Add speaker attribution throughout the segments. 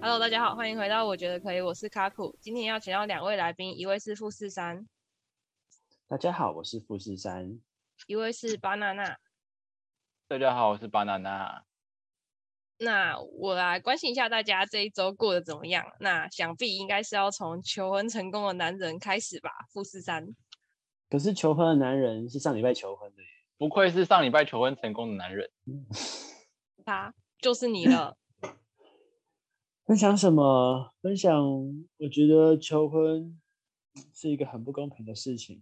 Speaker 1: Hello，大家好，欢迎回到我觉得可以，我是卡普。今天要请到两位来宾，一位是富士山，
Speaker 2: 大家好，我是富士山。
Speaker 1: 一位是巴娜娜。
Speaker 3: 大家好，我是巴娜娜。
Speaker 1: 那我来关心一下大家这一周过得怎么样？那想必应该是要从求婚成功的男人开始吧，富士山。
Speaker 2: 可是求婚的男人是上礼拜求婚的耶，
Speaker 3: 不愧是上礼拜求婚成功的男人，
Speaker 1: 他就是你 了。
Speaker 2: 分享什么？分享？我觉得求婚是一个很不公平的事情。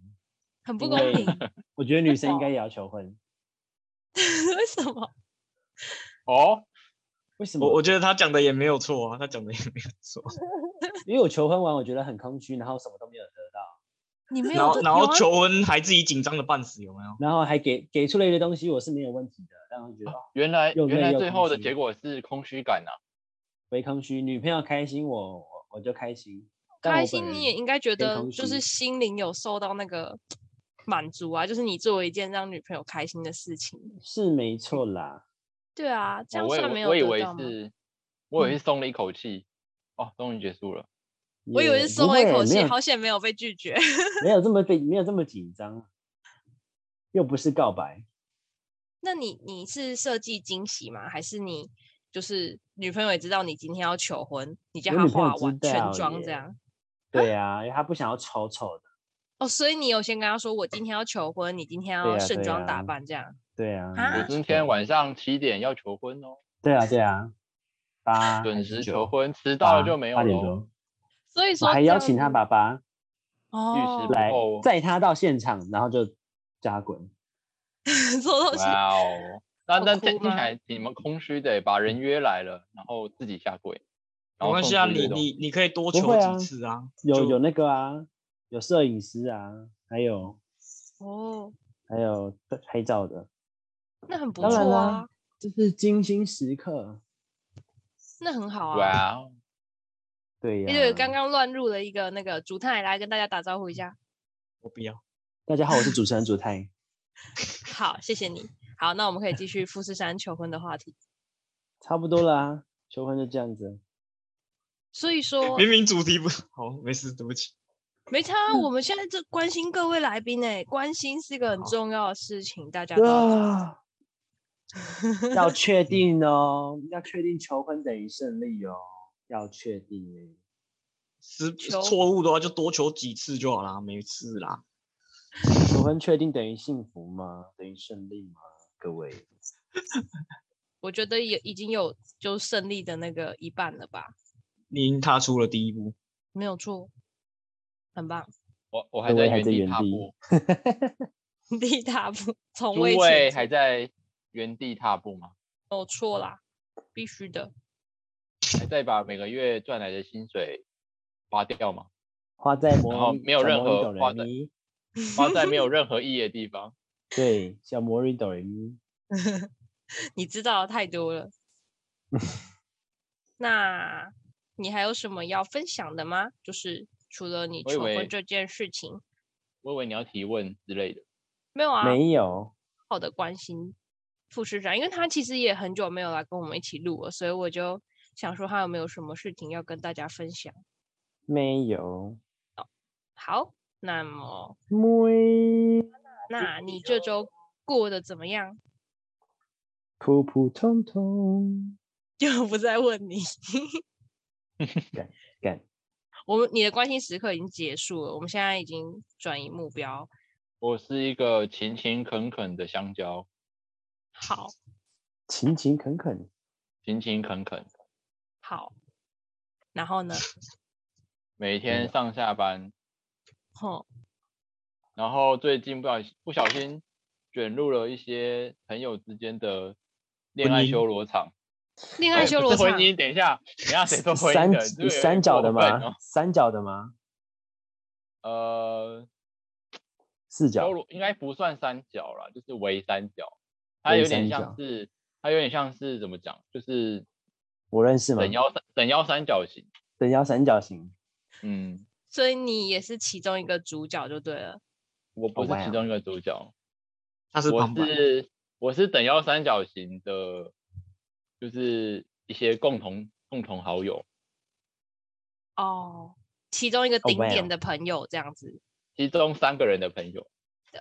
Speaker 1: 很不
Speaker 2: 因
Speaker 1: 公
Speaker 2: 为
Speaker 1: 平，
Speaker 2: 我觉得女生应该也要求婚。
Speaker 1: 为什么？
Speaker 3: 哦，
Speaker 2: 为什么？
Speaker 4: 我我觉得他讲的也没有错啊，他讲的也没有错。
Speaker 2: 因为我求婚完，我觉得很空虚，然后什么都没有得到，
Speaker 1: 你 没
Speaker 4: 然
Speaker 1: 有
Speaker 4: 后
Speaker 1: 这
Speaker 4: 然后
Speaker 1: 有啊
Speaker 4: 求婚还自己紧张的半死，有没有？
Speaker 2: 然后还给给出了一堆东西，我是没有问题的，但我觉得、哦、
Speaker 3: 原来
Speaker 2: 又累
Speaker 3: 原来
Speaker 2: 又
Speaker 3: 最
Speaker 2: 空
Speaker 3: 后的
Speaker 2: 虚
Speaker 3: 结果是空虚感啊呐、
Speaker 2: 为空虚。女朋友开心，我我我就开心。但我
Speaker 1: 开
Speaker 2: 本
Speaker 1: 心，你
Speaker 2: 人
Speaker 1: 也应该觉
Speaker 2: 偏
Speaker 1: 得
Speaker 2: 空
Speaker 1: 就是
Speaker 2: 虚
Speaker 1: 心灵有受到那个满足啊，就是你做了一件让女朋友开心的事情。
Speaker 2: 是没错啦。
Speaker 1: 对啊，这
Speaker 3: 哦
Speaker 1: 样
Speaker 3: 我以
Speaker 1: 算
Speaker 3: 为
Speaker 1: 没有
Speaker 3: 我以
Speaker 1: 得
Speaker 3: 为
Speaker 1: 到吗？
Speaker 3: 是，我
Speaker 2: 嗯
Speaker 3: 以为是松了一口气。哦，终于结束了。
Speaker 1: 我以为
Speaker 2: 也
Speaker 1: 是
Speaker 2: 不
Speaker 1: 松了一
Speaker 2: 会
Speaker 1: 口
Speaker 2: 没
Speaker 1: 气，
Speaker 2: 有
Speaker 1: 好险没有被拒绝。
Speaker 2: 没有这么被没有这么紧张，又不是告白。
Speaker 1: 那你你是设计惊喜吗？还是你就是女朋友也知道你今天要求婚，你叫
Speaker 2: 我
Speaker 1: 她
Speaker 2: 女朋友
Speaker 1: 化
Speaker 2: 知
Speaker 1: 完全
Speaker 2: 道
Speaker 1: 妆
Speaker 2: 耶
Speaker 1: 这样？
Speaker 2: 对啊，因为他不想要丑丑的。
Speaker 1: 哦，所以你有先跟她说我今天要求婚，你今天要
Speaker 2: 啊
Speaker 1: 盛
Speaker 2: 对
Speaker 1: 装打
Speaker 2: 啊
Speaker 1: 扮这样？
Speaker 2: 对啊，
Speaker 1: 啊
Speaker 3: 我今天晚上七点要求婚哦，
Speaker 2: 对啊对啊，八
Speaker 3: 准
Speaker 2: 啊还是
Speaker 3: 时
Speaker 2: 九
Speaker 3: 求，婚，迟到了
Speaker 2: 八
Speaker 3: 就没有
Speaker 2: 八点
Speaker 3: 了。
Speaker 2: 多，
Speaker 1: 所以
Speaker 2: 我
Speaker 1: 说
Speaker 2: 还
Speaker 1: 这
Speaker 2: 邀
Speaker 1: 样
Speaker 2: 请他
Speaker 1: 子
Speaker 2: 爸爸
Speaker 1: 哦
Speaker 3: 律师
Speaker 2: 来
Speaker 3: 哦
Speaker 2: 载他到现场，然后就叫他滚。
Speaker 1: 做东西。
Speaker 3: 哇哦，那
Speaker 1: 好
Speaker 3: 那
Speaker 1: 哭
Speaker 3: 这听起
Speaker 1: 吗
Speaker 3: 来你们空虚的，欸把人约来了，然后自己下跪，然
Speaker 4: 没
Speaker 3: 后
Speaker 4: 关
Speaker 3: 送
Speaker 4: 系啊，
Speaker 3: 出
Speaker 4: 你
Speaker 3: 这种
Speaker 4: 你你可以多
Speaker 2: 不会
Speaker 4: 求
Speaker 2: 啊
Speaker 4: 几次啊。
Speaker 2: 有
Speaker 4: 就
Speaker 2: 有那个啊，有摄影师啊，还有
Speaker 1: 哦，
Speaker 2: 还有拍照的，
Speaker 1: 那很不
Speaker 2: 当然
Speaker 1: 错
Speaker 2: 啦
Speaker 1: 啊，
Speaker 2: 这是精心时刻。
Speaker 1: 那很好啊。
Speaker 3: 哇哦，
Speaker 2: 对呀、
Speaker 1: 也有刚刚乱入了一个那个主太来跟大家打招呼一下。
Speaker 4: 我不要。
Speaker 2: 大家好，我是主持人主太。
Speaker 1: 好，谢谢你。好，那我们可以继续富士山求婚的话题。
Speaker 2: 差不多啦，求婚就这样子。
Speaker 1: 所以说，
Speaker 4: 明明主题不 好，没事，对不起。
Speaker 1: 没差
Speaker 3: 嗯
Speaker 1: 啊，我们现在这关心各位来宾诶，关心是个很重要的事情，大家都要知道
Speaker 2: 啊，要确定哦，要确定求婚等于胜利哦，要确定耶、
Speaker 4: 是
Speaker 1: 求
Speaker 4: 错误的话就多求几次就好啦，没事啦。
Speaker 2: 求婚确定等于幸福吗？等于胜利吗？各位，
Speaker 1: 我觉得也已经有就胜利的那个一半了吧，
Speaker 4: 你已经踏出了第一步，
Speaker 1: 没有错，很棒，
Speaker 3: 我我还
Speaker 2: 各
Speaker 3: 在
Speaker 2: 位还
Speaker 3: 原
Speaker 2: 在
Speaker 3: 地
Speaker 2: 原
Speaker 3: 踏
Speaker 2: 地
Speaker 3: 步，
Speaker 1: 第一大步从
Speaker 3: 诸
Speaker 1: 未
Speaker 3: 位
Speaker 1: 前
Speaker 3: 还
Speaker 1: 进，
Speaker 3: 在原地踏步吗？
Speaker 1: 没有错啦，必须的，
Speaker 3: 还在把每个月赚来的薪水花掉吗？
Speaker 2: 花在魔
Speaker 3: 然后
Speaker 2: 力
Speaker 3: 没有
Speaker 2: 小
Speaker 3: 任
Speaker 2: 魔力哆
Speaker 3: 何
Speaker 2: 来
Speaker 3: 花在
Speaker 2: 咪
Speaker 1: 嗯
Speaker 3: 花在没 有任何意义的地方。
Speaker 2: 对小魔力哆来咪，
Speaker 1: 你知道的太多 了。那你还有什么要分享的吗？就是除了你
Speaker 3: 我以
Speaker 1: 求
Speaker 3: 为
Speaker 1: 婚这件事情，
Speaker 3: 我以为你要提问之类的。
Speaker 1: 没有啊？
Speaker 2: 没有，
Speaker 1: 好的关心副市长，因为他其实也很久没有来跟我们一起录了，所以我就想说他有没有什么事情要跟大家分享。
Speaker 2: 没有，
Speaker 1: 好，那么
Speaker 2: 没，
Speaker 1: 那你这周过得怎么样？
Speaker 2: 普普通通，
Speaker 1: 就不再问 你，
Speaker 2: 干，
Speaker 1: 我们你的关心时刻已经结束了，我们现在已经转移目标。
Speaker 3: 我是一个勤勤恳恳的香蕉，
Speaker 1: 好，
Speaker 2: 勤勤恳恳，
Speaker 3: 勤勤恳恳，
Speaker 1: 好，然后呢？
Speaker 3: 每
Speaker 2: 嗯
Speaker 3: 天上下班，
Speaker 1: 吼，
Speaker 3: 然后最近不小心不小心卷入了一些朋友之间的恋
Speaker 4: 婚
Speaker 3: 爱
Speaker 4: 姻
Speaker 3: 修罗场。
Speaker 1: 恋
Speaker 3: 哎
Speaker 1: 爱
Speaker 3: 不
Speaker 1: 修
Speaker 3: 是
Speaker 1: 罗
Speaker 3: 婚
Speaker 1: 场，
Speaker 3: 姻，等一下，等一下谁说婚姻
Speaker 2: 三
Speaker 3: 的？ 这个有点
Speaker 2: 三角的
Speaker 3: 过分
Speaker 2: 吗
Speaker 3: 哦？
Speaker 2: 三角的吗？
Speaker 3: 呃，
Speaker 2: 四角
Speaker 3: 修，罗应该不算三角啦，就是围三角，它
Speaker 2: 围
Speaker 3: 有点
Speaker 2: 三
Speaker 3: 像
Speaker 2: 角
Speaker 3: 是，它有点像是怎么讲，就是
Speaker 2: 我认识吗
Speaker 3: 等？腰三等腰三角形，
Speaker 2: 等腰三角形，
Speaker 3: 嗯，
Speaker 1: 所以你也是其中一个主角就对了。
Speaker 3: 我不
Speaker 2: 好
Speaker 3: 是
Speaker 2: 玩
Speaker 3: 其
Speaker 2: 哦
Speaker 3: 中一个 主角，
Speaker 4: 他是
Speaker 3: 我
Speaker 4: 旁白，
Speaker 3: 是我是等腰三角形的，就是一些共同共同好友，
Speaker 1: 哦，其中一个顶点
Speaker 2: well
Speaker 1: 的朋友这样子。
Speaker 3: 其中三个人的朋友，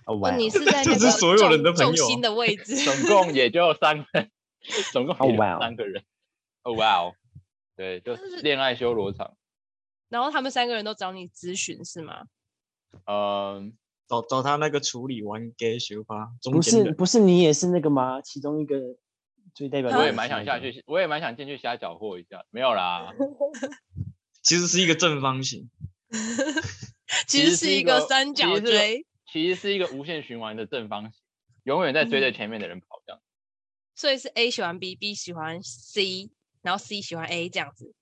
Speaker 2: 哦，
Speaker 1: 哦，你是在
Speaker 4: 就
Speaker 1: 那
Speaker 4: 是
Speaker 1: 个
Speaker 4: 所有人的
Speaker 1: 重重
Speaker 4: 朋友
Speaker 1: 心的位置。
Speaker 3: 总共也就三个，总共
Speaker 2: 哦
Speaker 3: 也就
Speaker 2: 哇哦
Speaker 3: 三个人。哦哇哦，对，就
Speaker 1: 但是
Speaker 3: 恋爱修罗场。
Speaker 1: 然后他们三个人都找你咨询是吗？
Speaker 3: 嗯，
Speaker 4: 找找他那个处理完 gay 修吧，中
Speaker 2: 不
Speaker 4: 间
Speaker 2: 是
Speaker 4: 人
Speaker 2: 不是你也是那个吗？其中一个最代表
Speaker 1: 啊
Speaker 2: 的
Speaker 3: 我
Speaker 2: 人
Speaker 3: 也
Speaker 2: 是
Speaker 3: 蛮想
Speaker 2: 那
Speaker 3: 下
Speaker 2: 个，
Speaker 3: 去，我也蛮想进去瞎搅和一下。没有啦，
Speaker 4: 其实是一个正方形，
Speaker 1: 其实
Speaker 3: 实是
Speaker 1: 是
Speaker 3: 一
Speaker 1: 一个
Speaker 3: 个
Speaker 1: 三
Speaker 3: 其实
Speaker 1: 角
Speaker 3: 是个
Speaker 1: 锥，
Speaker 3: 其实是一个无限循环的正方形，永远在追着前面的人跑，这样。
Speaker 1: 所以是 A 喜欢 B，B 喜欢 C，然后 C 喜欢 A 这样子。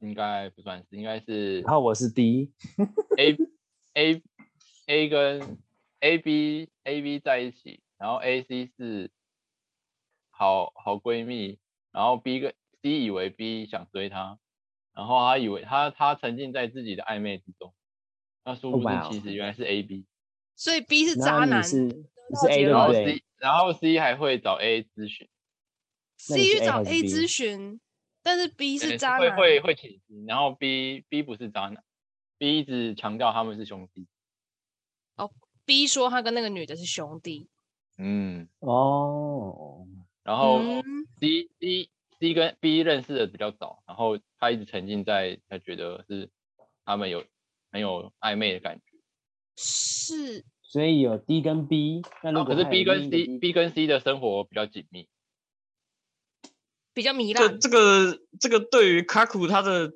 Speaker 3: 应该不算是，应该是
Speaker 2: 然后我是 D，
Speaker 3: A A A 跟 A B A B 在一起，然后 A C 是好好闺蜜，然后 B 跟 C 以为 B 想追她，然后她以为她她沉浸在自己的暧昧之中，那殊不知
Speaker 2: 哇哦
Speaker 3: 其实原来是 A B，、
Speaker 1: 所以 B 是
Speaker 2: 然
Speaker 1: 渣
Speaker 2: 后你
Speaker 1: 男
Speaker 2: 是你
Speaker 1: 到
Speaker 2: 是 A
Speaker 1: 结
Speaker 2: 对
Speaker 1: 论
Speaker 3: 然
Speaker 2: 不
Speaker 3: 后
Speaker 2: 对
Speaker 3: C？然后 C 还会找 A 咨询，
Speaker 1: ，C
Speaker 2: 那你是
Speaker 1: 去
Speaker 2: A
Speaker 1: 找
Speaker 2: 还是
Speaker 1: A
Speaker 2: B？
Speaker 1: 咨询，但是 B
Speaker 3: 呃
Speaker 1: 是渣
Speaker 3: 会
Speaker 1: 男。
Speaker 3: 会会请情，然后 B B 不是渣男，B 一直强调他们是兄弟，
Speaker 1: B 说他跟那个女的是兄弟。
Speaker 3: 嗯，
Speaker 2: 哦，
Speaker 3: 然后。
Speaker 1: 嗯，
Speaker 3: C C C 跟 B 认识的比较早，然后他一直沉浸在他觉得是他们有很有暧昧的感觉，
Speaker 1: 是
Speaker 2: 所以有 D 跟 B，那
Speaker 3: 然
Speaker 2: 如
Speaker 3: 后
Speaker 2: 果
Speaker 3: 哦可是
Speaker 2: 还有
Speaker 3: B
Speaker 2: 另
Speaker 3: 跟
Speaker 2: 一个
Speaker 3: C B 跟 C 的生活比较紧密，
Speaker 1: 比较糜
Speaker 4: 这
Speaker 1: 烂。
Speaker 4: 这个这个对于卡库他的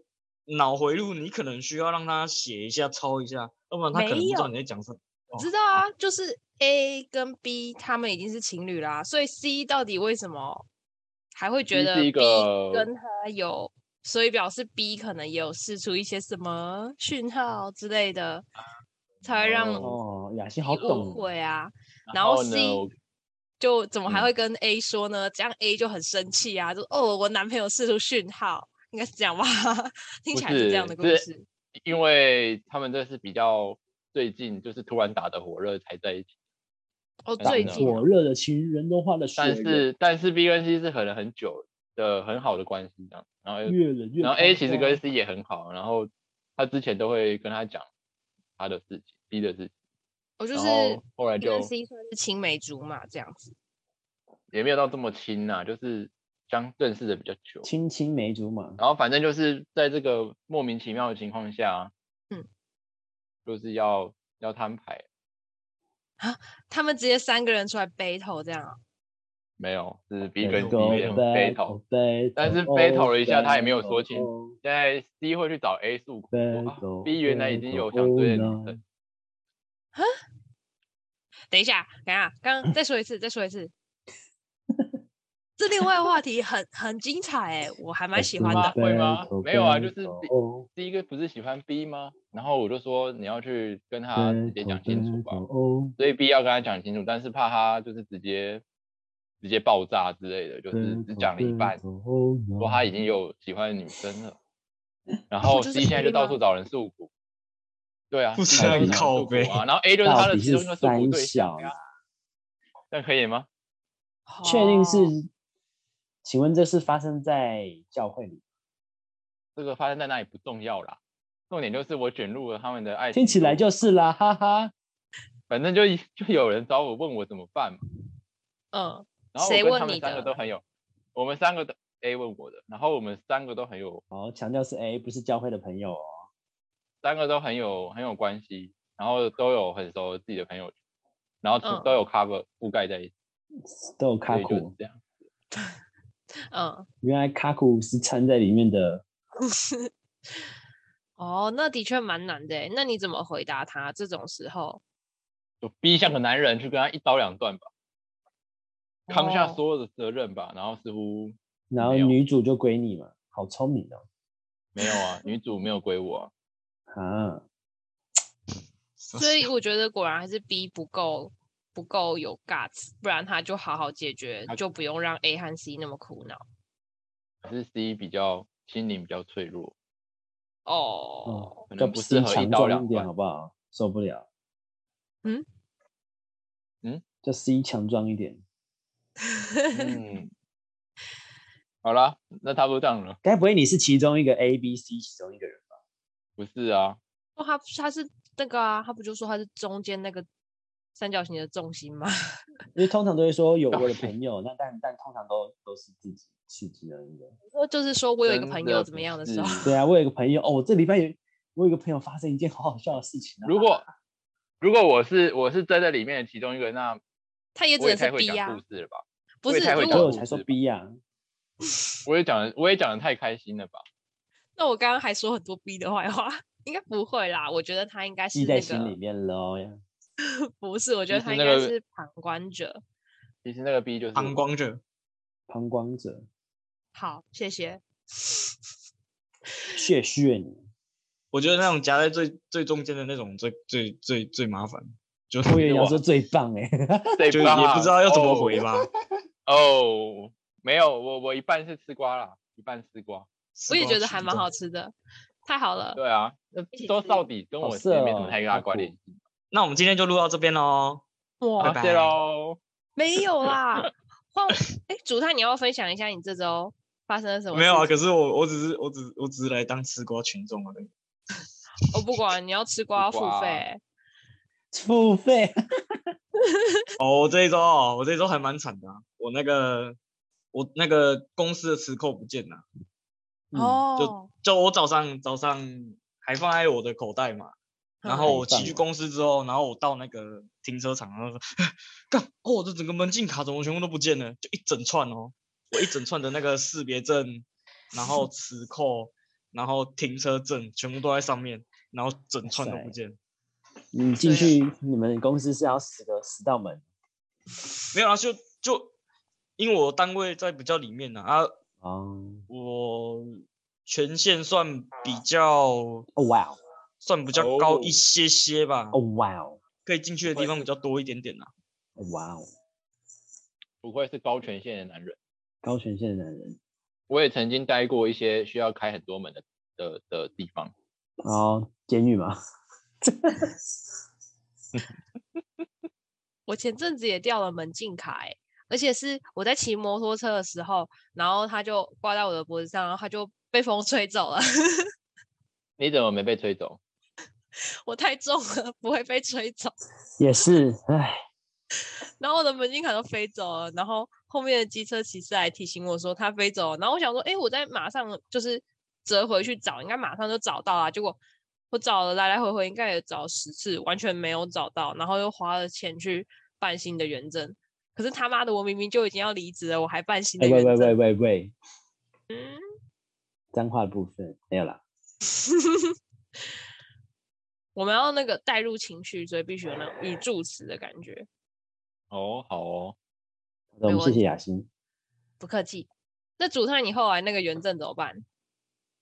Speaker 4: 脑回路，你可能需要让他写一下、抄一下，要不然他可能不
Speaker 1: 没
Speaker 4: 知道
Speaker 1: 有
Speaker 4: 你在讲什么。
Speaker 3: 哦
Speaker 1: 我知道啊，就是 A 跟 B 他们已经是情侣啦、所以 C 到底为什么还会觉
Speaker 3: C
Speaker 1: 得
Speaker 3: 是一
Speaker 1: B
Speaker 3: 个
Speaker 1: 跟他有，所以表示 B 可能也有试出一些什么讯号之类的，才会让
Speaker 2: 哦，雅欣
Speaker 1: B
Speaker 2: 好懂
Speaker 1: 误
Speaker 2: 哦，
Speaker 1: 会啊。然
Speaker 3: 然
Speaker 1: 后
Speaker 3: 呢
Speaker 1: C
Speaker 3: 我
Speaker 1: 就怎么还
Speaker 3: 嗯
Speaker 1: 会跟 A 说呢？这样 A 就很生气啊，就哦，我男朋友试出讯号，应该是这样吧？ 听
Speaker 3: 不
Speaker 1: 起来是这样的故事。
Speaker 3: 是因为他们这是比较最近就是突然打得火热才在一起，
Speaker 1: 哦，
Speaker 3: 当
Speaker 1: 最
Speaker 3: 然
Speaker 1: 近
Speaker 5: 火热的情人都化了水
Speaker 3: 但
Speaker 5: 了，
Speaker 3: 是但是 B 跟 C 是可能很久的很好的关系这样，然后又
Speaker 5: 越冷越
Speaker 3: 然后 A 其实
Speaker 5: 开花
Speaker 3: 跟 C 也很好，然后他之前都会跟他讲他的事情，B 的事情，
Speaker 1: 我就
Speaker 3: 然
Speaker 1: 是
Speaker 3: 后后来
Speaker 1: B
Speaker 3: 就
Speaker 1: 跟 C 算是青梅竹马这样子。
Speaker 3: 也没有到这么亲呐、就是相认识的比较久。
Speaker 2: 青青梅竹马，
Speaker 3: 然后反正就是在这个莫名其妙的情况下，
Speaker 1: 嗯，
Speaker 3: 就是要要摊牌，
Speaker 1: 他们直接三个人出来 battle 这样啊，
Speaker 3: 没有，是 B
Speaker 2: 对
Speaker 3: 跟 C
Speaker 2: go
Speaker 3: 的 battle。
Speaker 5: battle，
Speaker 3: 但是
Speaker 5: battle，
Speaker 3: battle 了一下他也没有说清
Speaker 5: battle，
Speaker 3: 现在 C 会去找 A 诉苦说、啊、
Speaker 5: battle，
Speaker 3: ，B 原来已经有想
Speaker 5: battle，
Speaker 3: 追的
Speaker 5: 哦，no
Speaker 3: 女生，
Speaker 1: 等一下，等一下，刚刚再说一次，再说一次。这另外话题很很精彩哎、我还蛮喜欢
Speaker 3: 吗
Speaker 1: 的。
Speaker 3: 会吗
Speaker 5: battle，
Speaker 3: 没有啊就是
Speaker 5: battle，
Speaker 3: 比
Speaker 5: 哦
Speaker 3: C 个不是喜欢 B 吗？然后我就说你要去跟他直接讲清楚吧。
Speaker 5: battle，哦
Speaker 3: 所以 B 要跟他讲清楚，但是怕他就是直接直接爆炸之类的，就是只讲了一半，
Speaker 5: battle，哦
Speaker 3: 说他已经有喜欢的女生了，然
Speaker 1: 哦
Speaker 3: 后
Speaker 1: 就是
Speaker 3: C 现在
Speaker 1: A
Speaker 3: 就到
Speaker 1: 吗
Speaker 3: 处找人诉苦，对啊，
Speaker 4: 不
Speaker 3: C
Speaker 4: 是
Speaker 3: 到处找
Speaker 4: 很
Speaker 3: 人
Speaker 4: 靠
Speaker 3: 诉苦
Speaker 4: 背
Speaker 3: 啊，然后 A 就是他
Speaker 2: 到
Speaker 3: 的
Speaker 2: 底是
Speaker 3: 其中一个诉苦
Speaker 2: 三
Speaker 3: 对象
Speaker 2: 小
Speaker 3: 啊，这样可以吗？
Speaker 2: 确定是
Speaker 1: 哦？
Speaker 2: 请问这是发生在教会里？
Speaker 3: 这个发生在哪里不重要啦，重点就是我卷入了他们的爱情，
Speaker 2: 听起来就是啦，哈哈。
Speaker 3: 反正就一 就有人找我问我怎么办嘛，
Speaker 1: 嗯，
Speaker 3: 然后
Speaker 1: 谁
Speaker 3: 我跟
Speaker 1: 问
Speaker 3: 他们
Speaker 1: 你
Speaker 3: 三个
Speaker 1: 的
Speaker 3: 都很有，我们三个都 A 问我的，然后我们三个都很有
Speaker 2: 哦，强调是 A，不是教会的朋友哦。
Speaker 3: 三个都很有很有关系，然后都有很熟自己的朋友圈，然后都
Speaker 1: 嗯
Speaker 3: 都有 cover 覆盖在一起，
Speaker 2: 都有卡
Speaker 3: 所以就是
Speaker 2: 库，
Speaker 3: 这样。
Speaker 1: 嗯，
Speaker 2: 原来卡库是掺在里面的。
Speaker 1: 哦，那的确蛮难的欸。那你怎么回答他？这种时候，
Speaker 3: 就逼像个男人去跟他一刀两断吧，扛下
Speaker 1: 哦
Speaker 3: 所有的责任吧。然后似乎
Speaker 2: 然后
Speaker 3: 没有
Speaker 2: 女主就归你嘛，好聪明哦！
Speaker 3: 没有啊，女主没有归我、啊，
Speaker 2: 啊，
Speaker 1: 所以我觉得果然还是 B 不够不够有 guts，不然他就好好解决
Speaker 3: 他，
Speaker 1: 就不用让 A 和 C 那么苦恼。
Speaker 3: 还是 C 比较心灵比较脆弱。
Speaker 1: 哦
Speaker 2: 哦，
Speaker 3: 可，
Speaker 2: 要
Speaker 3: 能不适
Speaker 2: C
Speaker 3: 合一
Speaker 2: 强
Speaker 3: 刀两
Speaker 2: 壮一点
Speaker 3: 断
Speaker 2: 好不好？受不了。
Speaker 1: 嗯
Speaker 3: 嗯，
Speaker 2: 叫 C 强壮一点。
Speaker 3: 嗯， 好啦，那差不多这样了。
Speaker 2: 该不会你是其中一个 A、B、C 其中一个人吧？
Speaker 3: 不是啊，
Speaker 1: 哦，他他是那个啊，他不就说他是中间那个三角形的重心吗？
Speaker 2: 因为通常都会说
Speaker 3: 哦
Speaker 2: 有我的朋友，那但但通常都都是自己自己而已的。
Speaker 3: 哦
Speaker 1: 我就是说我有一个
Speaker 3: 真
Speaker 1: 朋
Speaker 3: 的
Speaker 1: 友
Speaker 3: 不
Speaker 1: 怎么样的 时候，
Speaker 3: 是
Speaker 2: 对啊，我有一个朋友哦，我这礼拜有我有一个朋友发生一件好好笑的事情、啊。
Speaker 3: 如果如果我是我是真的里面的其中一个，那
Speaker 1: 他也只
Speaker 3: 我也
Speaker 1: 能
Speaker 3: 太
Speaker 1: 是
Speaker 3: 会
Speaker 1: B
Speaker 3: 讲
Speaker 1: 啊
Speaker 3: 故，事了吧？
Speaker 1: 不
Speaker 3: 我也
Speaker 1: 是
Speaker 3: 太会
Speaker 1: 如
Speaker 3: 讲
Speaker 2: 所以
Speaker 1: 果
Speaker 2: 我才说
Speaker 3: 故事吧
Speaker 2: B 呀、
Speaker 3: 我也讲的我也讲的太开心了吧？
Speaker 1: 那我刚刚还说很多 B 的坏话，应该不会啦。我觉得他应该是
Speaker 2: 记在
Speaker 1: 那
Speaker 2: 心里
Speaker 1: 个
Speaker 2: 面喽。
Speaker 1: 不是，我觉得
Speaker 3: 就是
Speaker 1: 他应
Speaker 3: 那
Speaker 1: 该
Speaker 3: 个
Speaker 1: 是旁观者。
Speaker 3: 其实那个 B 就是
Speaker 4: 膀胱者，
Speaker 2: 旁观者
Speaker 1: 好，谢谢。
Speaker 2: 谢谢你，
Speaker 4: 我觉得那种夹在最最中间的那种最最最最麻烦，就
Speaker 2: 我
Speaker 4: 就
Speaker 2: 以为
Speaker 4: 也
Speaker 3: 是
Speaker 2: 你要
Speaker 3: 我
Speaker 2: 说最棒哎、
Speaker 3: 最棒啊
Speaker 4: 不知道要怎么回 吧。
Speaker 3: 哦哦没有，我我一半是吃瓜啦，一半吃瓜。
Speaker 1: 我也觉得还蛮好
Speaker 4: 吃。
Speaker 1: 吃的，太好了。
Speaker 3: 对啊，那
Speaker 1: 一起
Speaker 3: 都
Speaker 1: 吃
Speaker 3: 到底跟
Speaker 2: 好
Speaker 3: 我其实没什
Speaker 2: 色哦
Speaker 3: 么太大
Speaker 2: 好
Speaker 3: 关
Speaker 2: 酷
Speaker 3: 联系。
Speaker 4: 那我们今天就录到这边喽。
Speaker 1: 哇，
Speaker 3: 谢谢喽。
Speaker 1: 没有 啦。换哎，主太，你要不要分享一下你这周发生了什么？
Speaker 4: 没有啊，，可是我我只是我只我只是来当吃瓜群众而已。
Speaker 1: 我不管，你要吃瓜要付
Speaker 3: 瓜啊
Speaker 1: 费。
Speaker 2: 付费
Speaker 4: 哦，我这一周哦，我这一周还蛮惨的啊、我那个我那个公司的磁扣不见了。
Speaker 2: 嗯
Speaker 1: 哦，
Speaker 4: 就我早上早上还放在我的口袋嘛，然
Speaker 1: 嗯
Speaker 4: 后我
Speaker 2: 棒
Speaker 4: 骑去
Speaker 2: 哦
Speaker 4: 公司之后，然后我到那个停车场，然后说， 干，哦，我这整个门禁卡怎么全部都不见了？就一整串哦，我一整串的那个识别证，然后磁扣，然后停车证，全部都在上面，然后整
Speaker 2: 哇
Speaker 4: 串都不
Speaker 2: 塞
Speaker 4: 见。
Speaker 2: 嗯你进
Speaker 1: 啊
Speaker 2: 去你们公司是要十个十道门
Speaker 4: 没有啊，就就因为我单位在比较里面呢啊，
Speaker 2: 哦，
Speaker 4: 我权限算比较
Speaker 2: 哦哇哦，
Speaker 4: 算比较高一
Speaker 3: 哦
Speaker 4: 些些吧。
Speaker 2: 哦哇哦，
Speaker 4: 可以进去的
Speaker 3: 不会
Speaker 4: 地方
Speaker 3: 是
Speaker 4: 比较多一点点啦、啊
Speaker 2: 哦哇哦，
Speaker 3: 不愧是高权限的男人。
Speaker 2: 高权限的男人
Speaker 3: 我也曾经待过一些需要开很多门的的的地方，
Speaker 2: 哦，监狱吗？
Speaker 1: 我前阵子也掉了门禁卡、欸，而且是我在骑摩托车的时候，然后它就挂在我的脖子上，然后它就被风吹走了。
Speaker 3: 你怎么没被吹走？
Speaker 1: 我太重了，不会被吹走。
Speaker 2: 也是，唉，
Speaker 1: 然后我的门禁卡都飞走了，然后后面的机车骑士来提醒我说它飞走了，然后我想说，哎，我在马上就是折回去找，应该马上就找到啊。结果我找了来来回回，应该也找十次，完全没有找到，然后又花了钱去办新的原证。可是他妈的，我明明就已经要离职了，我还办新的
Speaker 2: 哎
Speaker 1: 原
Speaker 2: 喂喂
Speaker 1: 证。
Speaker 2: 喂喂喂，
Speaker 1: 嗯，
Speaker 2: 脏话的部分没有啦，
Speaker 1: 我们要那个带入情绪，所以必须有那种语助词的感觉。
Speaker 3: 哦，好哦，
Speaker 2: 好的我们
Speaker 1: 问
Speaker 2: 谢谢
Speaker 1: 题
Speaker 2: 雅欣，
Speaker 1: 不客气。那主菜，你后来那个原证怎么办？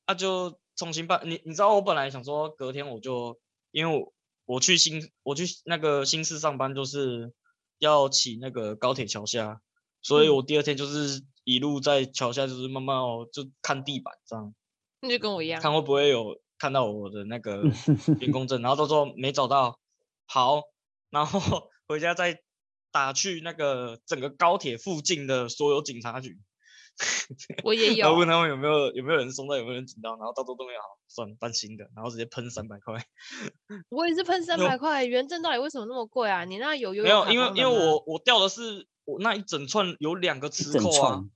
Speaker 4: 啊，就重新办。你你知道我本来想说隔天我就，因为我我去新我去那个新市上班，就是要骑那个高铁桥下，所以
Speaker 1: 嗯
Speaker 4: 我第二天就是一路在桥下，就是慢慢哦就看地板这样，
Speaker 1: 那就跟我一样，
Speaker 4: 看会不会有看到我的那个员工证，然后到时候没找到，好，然后 回家再打去那个整个高铁附近的所有警察局。
Speaker 1: 我也
Speaker 4: 然后
Speaker 1: 有
Speaker 4: 问。 他们有没有有没有人松到，有没有人紧张，然后到时候都没有，好算了，搬新的，然后直接喷三百块。
Speaker 1: 我也是喷三
Speaker 4: 有
Speaker 1: 百块，原证到底为什么那么贵啊？你那有有
Speaker 4: 没有，因为因为我我掉的是我那一整串有两个磁
Speaker 2: 整
Speaker 4: 扣啊
Speaker 2: 串，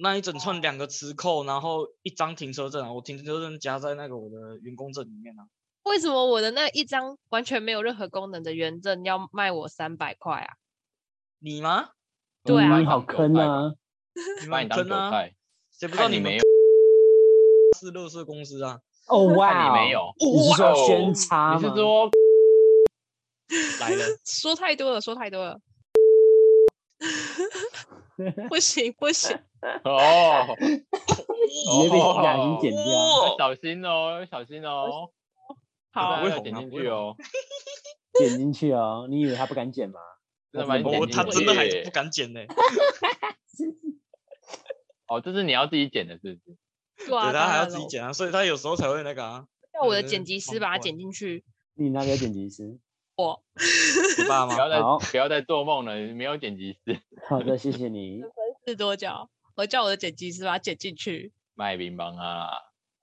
Speaker 4: 那一整串两个磁扣，然后一张停车证啊，我停车证夹在那个我的员工证里面啊。
Speaker 1: 为什么我的那一张完全没有任何功能的原证要卖我三百块啊？
Speaker 4: 你吗？
Speaker 1: 对啊，
Speaker 2: 嗯，好坑啊，
Speaker 4: 你
Speaker 3: 把
Speaker 4: 们
Speaker 3: 你当
Speaker 4: 很
Speaker 3: 韭
Speaker 4: 坑啊！
Speaker 3: 菜，
Speaker 4: 谁不知
Speaker 3: 看
Speaker 4: 道
Speaker 3: 你
Speaker 4: 你们
Speaker 3: 没有，
Speaker 4: 是乐色公司啊？
Speaker 2: 哦
Speaker 3: 看
Speaker 2: 哇，
Speaker 3: 你没，有，
Speaker 2: 你是
Speaker 3: 哇
Speaker 2: 说哦
Speaker 3: 哦
Speaker 2: 宣差
Speaker 3: 你
Speaker 2: 吗
Speaker 3: 是？说哦
Speaker 4: 来了
Speaker 1: 说太多了，说太多了， 不行不行，
Speaker 3: 哦，
Speaker 2: 直接被雅欣剪掉，
Speaker 3: 要
Speaker 4: 哦，
Speaker 3: 小心哦，要小心哦，
Speaker 1: 好
Speaker 4: 不会
Speaker 3: 要
Speaker 4: 红
Speaker 3: 剪
Speaker 4: 啊
Speaker 3: 进
Speaker 4: 不会
Speaker 3: 去 哦，
Speaker 2: 剪进去哦，你以为他不敢剪吗？
Speaker 3: 真的
Speaker 2: 他
Speaker 3: 蛮
Speaker 2: 真的
Speaker 4: 哦
Speaker 3: 剪
Speaker 4: 他
Speaker 3: 进
Speaker 4: 真的还
Speaker 3: 去
Speaker 4: 不敢剪呢、
Speaker 3: 哦，这是你要自己剪的，是不是？
Speaker 1: 对啊，
Speaker 4: 对，他
Speaker 1: 当
Speaker 4: 还要
Speaker 1: 然
Speaker 4: 自己
Speaker 1: 了
Speaker 4: 剪啊，所以他有时候才会那个啊，
Speaker 1: 叫我的
Speaker 4: 嗯
Speaker 1: 剪辑师
Speaker 4: 忙
Speaker 1: 把它
Speaker 4: 不完
Speaker 1: 剪进去。
Speaker 2: 你那个剪辑师，
Speaker 1: 我
Speaker 4: 你爸
Speaker 3: 不
Speaker 4: 妈
Speaker 3: 要再
Speaker 2: 好
Speaker 3: 不要再做梦了，没有剪辑师，
Speaker 2: 好的，谢谢你。
Speaker 1: 是多久？我叫我的剪辑师把它剪进去。
Speaker 3: 卖冰棒啊，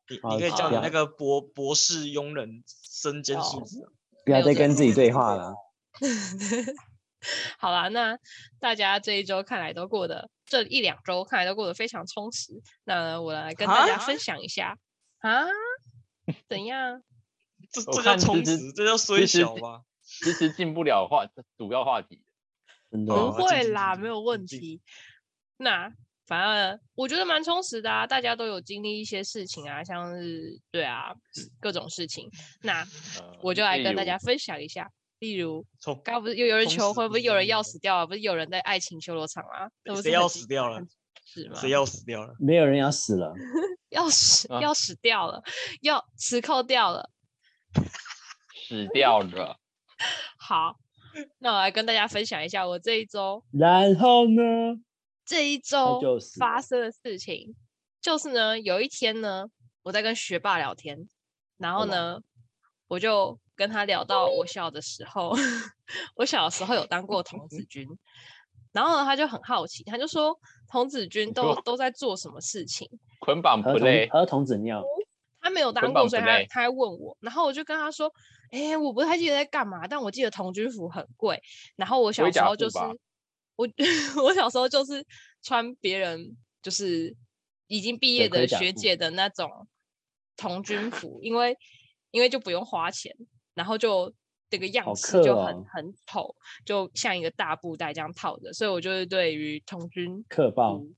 Speaker 4: 你
Speaker 2: 好
Speaker 4: 你可以叫
Speaker 1: 好
Speaker 4: 你那个博博士佣人身兼
Speaker 1: 哦
Speaker 4: 数职啊。
Speaker 2: 不要
Speaker 1: 没有
Speaker 2: 再
Speaker 1: 这
Speaker 2: 跟
Speaker 1: 个
Speaker 2: 自己对话了。
Speaker 1: 好啦，那大家这一周看来都过得，这一两周看来都过得非常充实。那我来跟大家
Speaker 4: 啊
Speaker 1: 分享一下啊，怎样？
Speaker 4: 这
Speaker 3: 我
Speaker 4: 这叫
Speaker 3: 看
Speaker 4: 充
Speaker 3: 其实
Speaker 4: 实，这叫虽
Speaker 3: 其实
Speaker 4: 小吧？
Speaker 3: 其实进不了话主要话题，
Speaker 2: 真的，
Speaker 1: 不
Speaker 4: 哦进
Speaker 1: 会
Speaker 4: 进
Speaker 1: 啦，
Speaker 4: 进
Speaker 1: 没有
Speaker 4: 进
Speaker 1: 问
Speaker 4: 进
Speaker 1: 题。那反而我觉得蛮充实的啊，大家都有经历一些事情啊，像是对啊
Speaker 4: 嗯
Speaker 1: 各种事情。那
Speaker 3: 呃
Speaker 1: 我就来
Speaker 3: 例
Speaker 1: 跟大
Speaker 3: 如
Speaker 1: 家分享一下，例如
Speaker 4: 从
Speaker 1: 刚刚不是又有人
Speaker 4: 充
Speaker 1: 求
Speaker 4: 实
Speaker 1: 婚，
Speaker 4: 不
Speaker 1: 不是
Speaker 4: 是
Speaker 1: 有
Speaker 4: 那
Speaker 1: 人要
Speaker 4: 个
Speaker 1: 死掉了，不是有人在爱情修罗场啊？这不
Speaker 4: 谁
Speaker 1: 是
Speaker 4: 要
Speaker 1: 很
Speaker 4: 死
Speaker 1: 精
Speaker 4: 掉了
Speaker 1: 很？是吗？
Speaker 4: 谁要死掉了？
Speaker 2: 没有人要死了，
Speaker 1: 要死
Speaker 3: 啊
Speaker 1: 要死掉了，要死扣掉了。
Speaker 3: 死掉了，
Speaker 1: 好，那我来跟大家分享一下我这一周
Speaker 2: 然后呢？
Speaker 1: 这一
Speaker 2: 他
Speaker 1: 周
Speaker 2: 就死了
Speaker 1: 哦发生的事情，就是呢，有一天呢，我在跟学霸聊天，然后
Speaker 2: 哦
Speaker 1: 呢，我就跟他聊到我小的时候， 我小时候有当过童子 军，然后呢，他就很好奇，他就说童子军都
Speaker 3: 说
Speaker 1: 都在做什么事情。
Speaker 3: 捆绑
Speaker 2: 儿
Speaker 3: play
Speaker 2: 童儿童纸尿，
Speaker 1: 他没有当
Speaker 3: 捆
Speaker 1: 过，
Speaker 3: 绑
Speaker 1: 所以
Speaker 3: 不
Speaker 1: 他
Speaker 3: 累
Speaker 1: 他还问我，然后我就跟他说：“哎、我不太记得在干嘛，但我记得童军服很贵。然后我小
Speaker 3: 龟
Speaker 1: 时
Speaker 3: 甲
Speaker 1: 候就
Speaker 3: 裤
Speaker 1: 是
Speaker 3: 吧
Speaker 1: 我 我小时候就是穿别人就是已经毕
Speaker 2: 对
Speaker 1: 业
Speaker 2: 盔
Speaker 1: 的
Speaker 2: 甲
Speaker 1: 学
Speaker 2: 裤
Speaker 1: 姐的那种童军服，因为因为就不用花钱，然后就这个样
Speaker 2: 好
Speaker 1: 式就
Speaker 2: 克
Speaker 1: 很、
Speaker 2: 哦
Speaker 1: 很丑，就像一个大布袋这样套着，所以我就是对于童军
Speaker 2: 克爆
Speaker 1: 嗯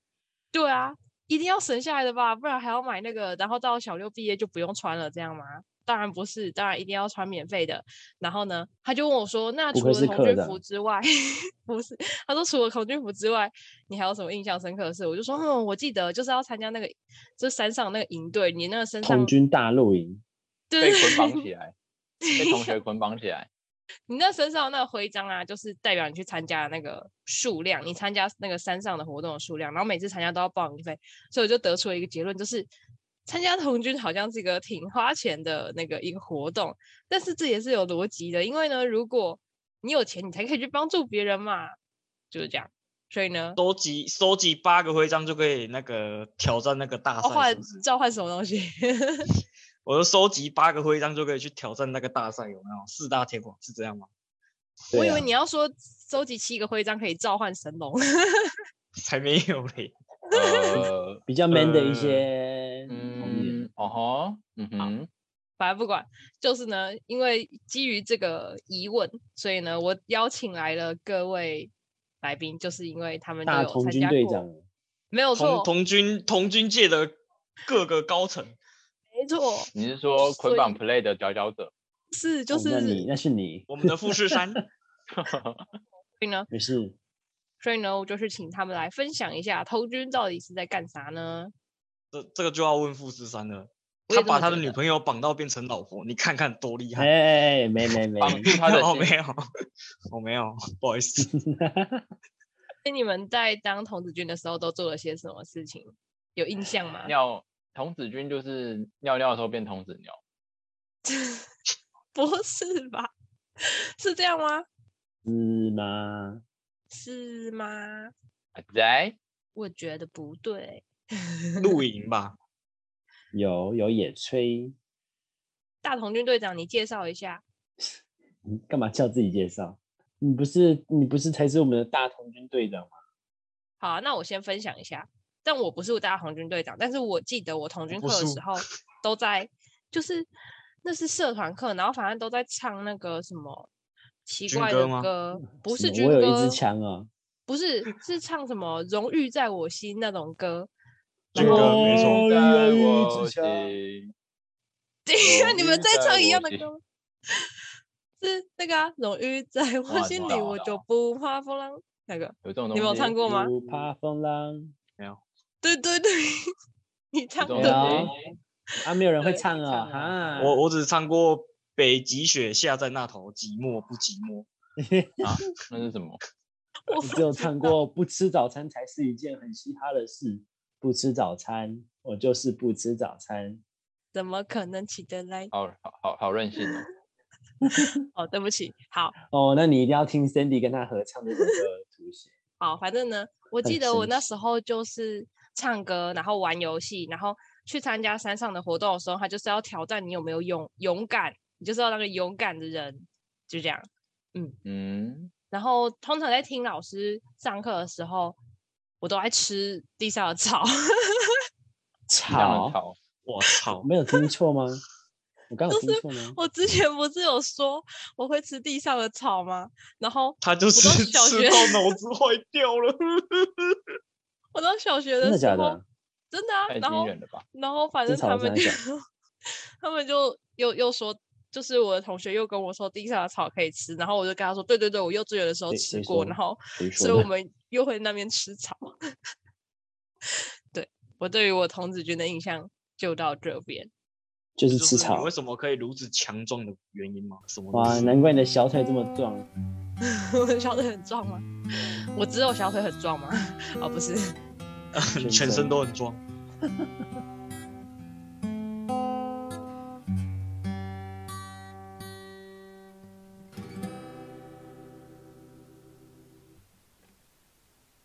Speaker 1: 对啊，一定要省下来的吧，不然还要买那个，然后到小六毕业就不用穿了，这样吗？当然不是，当然一定要穿免费的。然后呢，他就问我说：“那
Speaker 2: 不
Speaker 1: 除
Speaker 2: 愧
Speaker 1: 了
Speaker 2: 是
Speaker 1: 童
Speaker 2: 客
Speaker 1: 军
Speaker 2: 人
Speaker 1: 服之外， 不是？”他说：“除了童军服之外，你还有什么印象深刻的事？”我就说：“嗯，我记得就是要参加那个，就是山上那个营队，你那个身上
Speaker 2: 童军大露营，
Speaker 1: 对
Speaker 3: 被
Speaker 1: 对
Speaker 3: 捆
Speaker 1: 对
Speaker 3: 绑起来，被同学捆绑起来，
Speaker 1: 你那身上的那个徽章啊，就是代表你去参加的那个数量，你参加那个山上的活动的数量，然后每次参加都要报名费，所以我就得出了一个结论，就是参加童军好像是一个挺花钱的那个一个活动，但是这也是有逻辑的，因为呢，如果你有钱，你才可以去帮助别人嘛，就是这样。所以呢，
Speaker 4: 收集收集八个徽章就可以那个挑战那个大
Speaker 1: 召
Speaker 4: 赛
Speaker 1: 唤
Speaker 4: 是不是，
Speaker 1: 召唤什么东西？
Speaker 4: 我就收集八个徽章就可以去挑战那个大赛，有没有？四大天王是这样吗？
Speaker 1: 我
Speaker 2: 对
Speaker 1: 以
Speaker 2: 啊
Speaker 1: 为你要说收集七个徽章可以召唤神龙。
Speaker 4: 才没有嘞！
Speaker 3: 呃，
Speaker 2: 啊比较 man 的
Speaker 4: 呃
Speaker 2: 一些童年，
Speaker 3: 嗯，哦吼，嗯哼，
Speaker 1: 反正不管，就是呢，因为基于这个疑问，所以呢，我邀请来了各位来宾，就是因为他们都
Speaker 2: 大
Speaker 1: 有
Speaker 2: 童
Speaker 1: 参
Speaker 2: 军
Speaker 1: 加
Speaker 2: 队
Speaker 1: 过，
Speaker 2: 长，
Speaker 1: 没有
Speaker 4: 同
Speaker 1: 错，
Speaker 4: 同军同军界的各个高层，
Speaker 1: 没错，
Speaker 3: 你是说
Speaker 1: 所以
Speaker 3: 捆绑 play 的佼佼 者？
Speaker 1: 是就
Speaker 2: 哦那
Speaker 1: 是
Speaker 2: 你那是你，
Speaker 4: 我们的富士山
Speaker 1: 所以呢，
Speaker 2: 没事，
Speaker 1: 所以呢，我就是请他们来分享一下偷军到底是在干啥呢？
Speaker 4: 这这个就要问富士山了。
Speaker 1: 我也
Speaker 4: 他
Speaker 1: 这
Speaker 4: 把
Speaker 1: 么
Speaker 4: 他的
Speaker 1: 觉
Speaker 4: 女
Speaker 1: 得
Speaker 4: 朋友绑到变成老婆，你看看多厉
Speaker 2: 哎
Speaker 4: 害！
Speaker 2: 哎哎，没没没，
Speaker 3: 绑住 他的
Speaker 4: 我
Speaker 3: 心
Speaker 4: 哦没有，我没有，不好 意思。
Speaker 1: 那你们在当童子军的时候都做了些什么事情？有印象吗？
Speaker 3: 尿童子军就是尿尿的时候变童子尿，
Speaker 1: 不是吧？ 是这样吗？
Speaker 2: 是吗？
Speaker 1: 是吗？
Speaker 3: 啊在
Speaker 1: 我觉得不对。
Speaker 4: 露 营吧，
Speaker 2: 有有野炊，
Speaker 1: 大童军队长，你介绍一下。
Speaker 2: 你嗯干嘛叫自己介绍？你不是你不是才是我们的大童军队长吗？
Speaker 1: 好啊那我先分享一下。但我不是大红军队长，但是我记得我童军
Speaker 4: 不
Speaker 1: 课的
Speaker 4: 是
Speaker 1: 时候都在，就是那是社团课，然后反正都在唱那个什么奇
Speaker 4: 军
Speaker 1: 怪
Speaker 4: 歌
Speaker 1: 的
Speaker 4: 吗
Speaker 1: 歌，不
Speaker 2: 什
Speaker 1: 是
Speaker 2: 么
Speaker 1: 军
Speaker 2: 我
Speaker 1: 歌，
Speaker 2: 有一支枪啊，
Speaker 1: 不是是唱什么荣誉在我心那种歌。哦
Speaker 4: 军歌没错
Speaker 2: 我
Speaker 3: 在
Speaker 2: 有一
Speaker 3: 我
Speaker 2: 支枪，
Speaker 3: 心，
Speaker 1: 对
Speaker 3: 荣
Speaker 1: 你们
Speaker 3: 誉
Speaker 1: 在
Speaker 3: 在
Speaker 1: 唱一
Speaker 3: 我
Speaker 1: 样的
Speaker 3: 心
Speaker 1: 歌吗？是那个啊，荣誉在我
Speaker 3: 哇
Speaker 1: 心
Speaker 3: 知
Speaker 1: 里，
Speaker 3: 道
Speaker 1: 我
Speaker 3: 知
Speaker 1: 就
Speaker 3: 道
Speaker 1: 不怕风浪。那个，
Speaker 3: 有这种东
Speaker 1: 你
Speaker 3: 西？
Speaker 1: 们有唱过吗？
Speaker 2: 不怕风浪，
Speaker 1: 对对 对，你唱
Speaker 3: 有这
Speaker 1: 的
Speaker 3: 种
Speaker 2: 歌啊
Speaker 3: 东西？
Speaker 2: 啊，没有人会
Speaker 1: 对
Speaker 2: 唱啊，
Speaker 1: 唱
Speaker 2: 哈，
Speaker 4: 我我只唱过《北极雪下在那头，寂寞不寂寞》。
Speaker 3: 那是什么？
Speaker 1: 我
Speaker 2: 你只有唱过不吃早餐才是一件很嘻哈的事。不吃早餐，我就是不吃早餐。
Speaker 1: 怎么可能起得来？
Speaker 3: 好好好好任性哦！
Speaker 1: 哦，对不起，好。
Speaker 2: 哦，那你一定要听 Sandy 跟他合唱这首歌的吐血。
Speaker 1: 好，反正呢，我
Speaker 2: 很
Speaker 1: 记得
Speaker 2: 神
Speaker 1: 我那
Speaker 2: 奇
Speaker 1: 时候就是唱歌，然后玩游戏，然后去参加山上的活动的时候，他就是要挑战你有没有勇勇敢，你就是要那个勇敢的人，就这样。
Speaker 3: 嗯，
Speaker 1: 然后通常在听老师上课的时候，我都爱吃地上的草。
Speaker 3: 样的
Speaker 2: 草，
Speaker 3: 草，
Speaker 4: 我操，
Speaker 2: 没有听错吗？我刚有听错吗？
Speaker 1: 我之前不是有说我会吃地上的草吗？然后
Speaker 4: 他就是
Speaker 1: 我都
Speaker 4: 吃
Speaker 1: 小学
Speaker 4: 到脑子坏 掉了。
Speaker 1: 我到小学
Speaker 2: 真
Speaker 1: 的
Speaker 2: 的
Speaker 1: 时
Speaker 2: 假
Speaker 1: 候
Speaker 2: 的，？
Speaker 1: 真的啊
Speaker 3: 太，
Speaker 1: 然
Speaker 3: 惊
Speaker 1: 后
Speaker 3: 人了吧？
Speaker 1: 然后反
Speaker 2: 这
Speaker 1: 正
Speaker 2: 草
Speaker 1: 他
Speaker 2: 真
Speaker 1: 们
Speaker 2: 的
Speaker 1: 就
Speaker 2: 假
Speaker 1: 他们就又又说，就是我的同学又跟我说地上的草可以吃，然后我就跟他说，对对对，我幼稚园的时候
Speaker 2: 谁
Speaker 1: 吃
Speaker 2: 谁
Speaker 1: 过，
Speaker 2: 说
Speaker 1: 然后
Speaker 2: 谁
Speaker 1: 所
Speaker 2: 说
Speaker 1: 以我
Speaker 2: 的？
Speaker 1: 们又会那边吃草。 对我对于我童子军的印象就到这边。
Speaker 2: 就
Speaker 4: 就是是
Speaker 2: 吃
Speaker 4: 你
Speaker 2: 草
Speaker 4: 为。什么可以如此强壮的原因吗？什么？
Speaker 2: 哇，难怪你的小腿这么壮。
Speaker 1: 我的小腿很壮吗？我 只有小腿很壮吗？哦，不是。
Speaker 2: 全
Speaker 4: 全身
Speaker 2: 身
Speaker 4: 都很壮。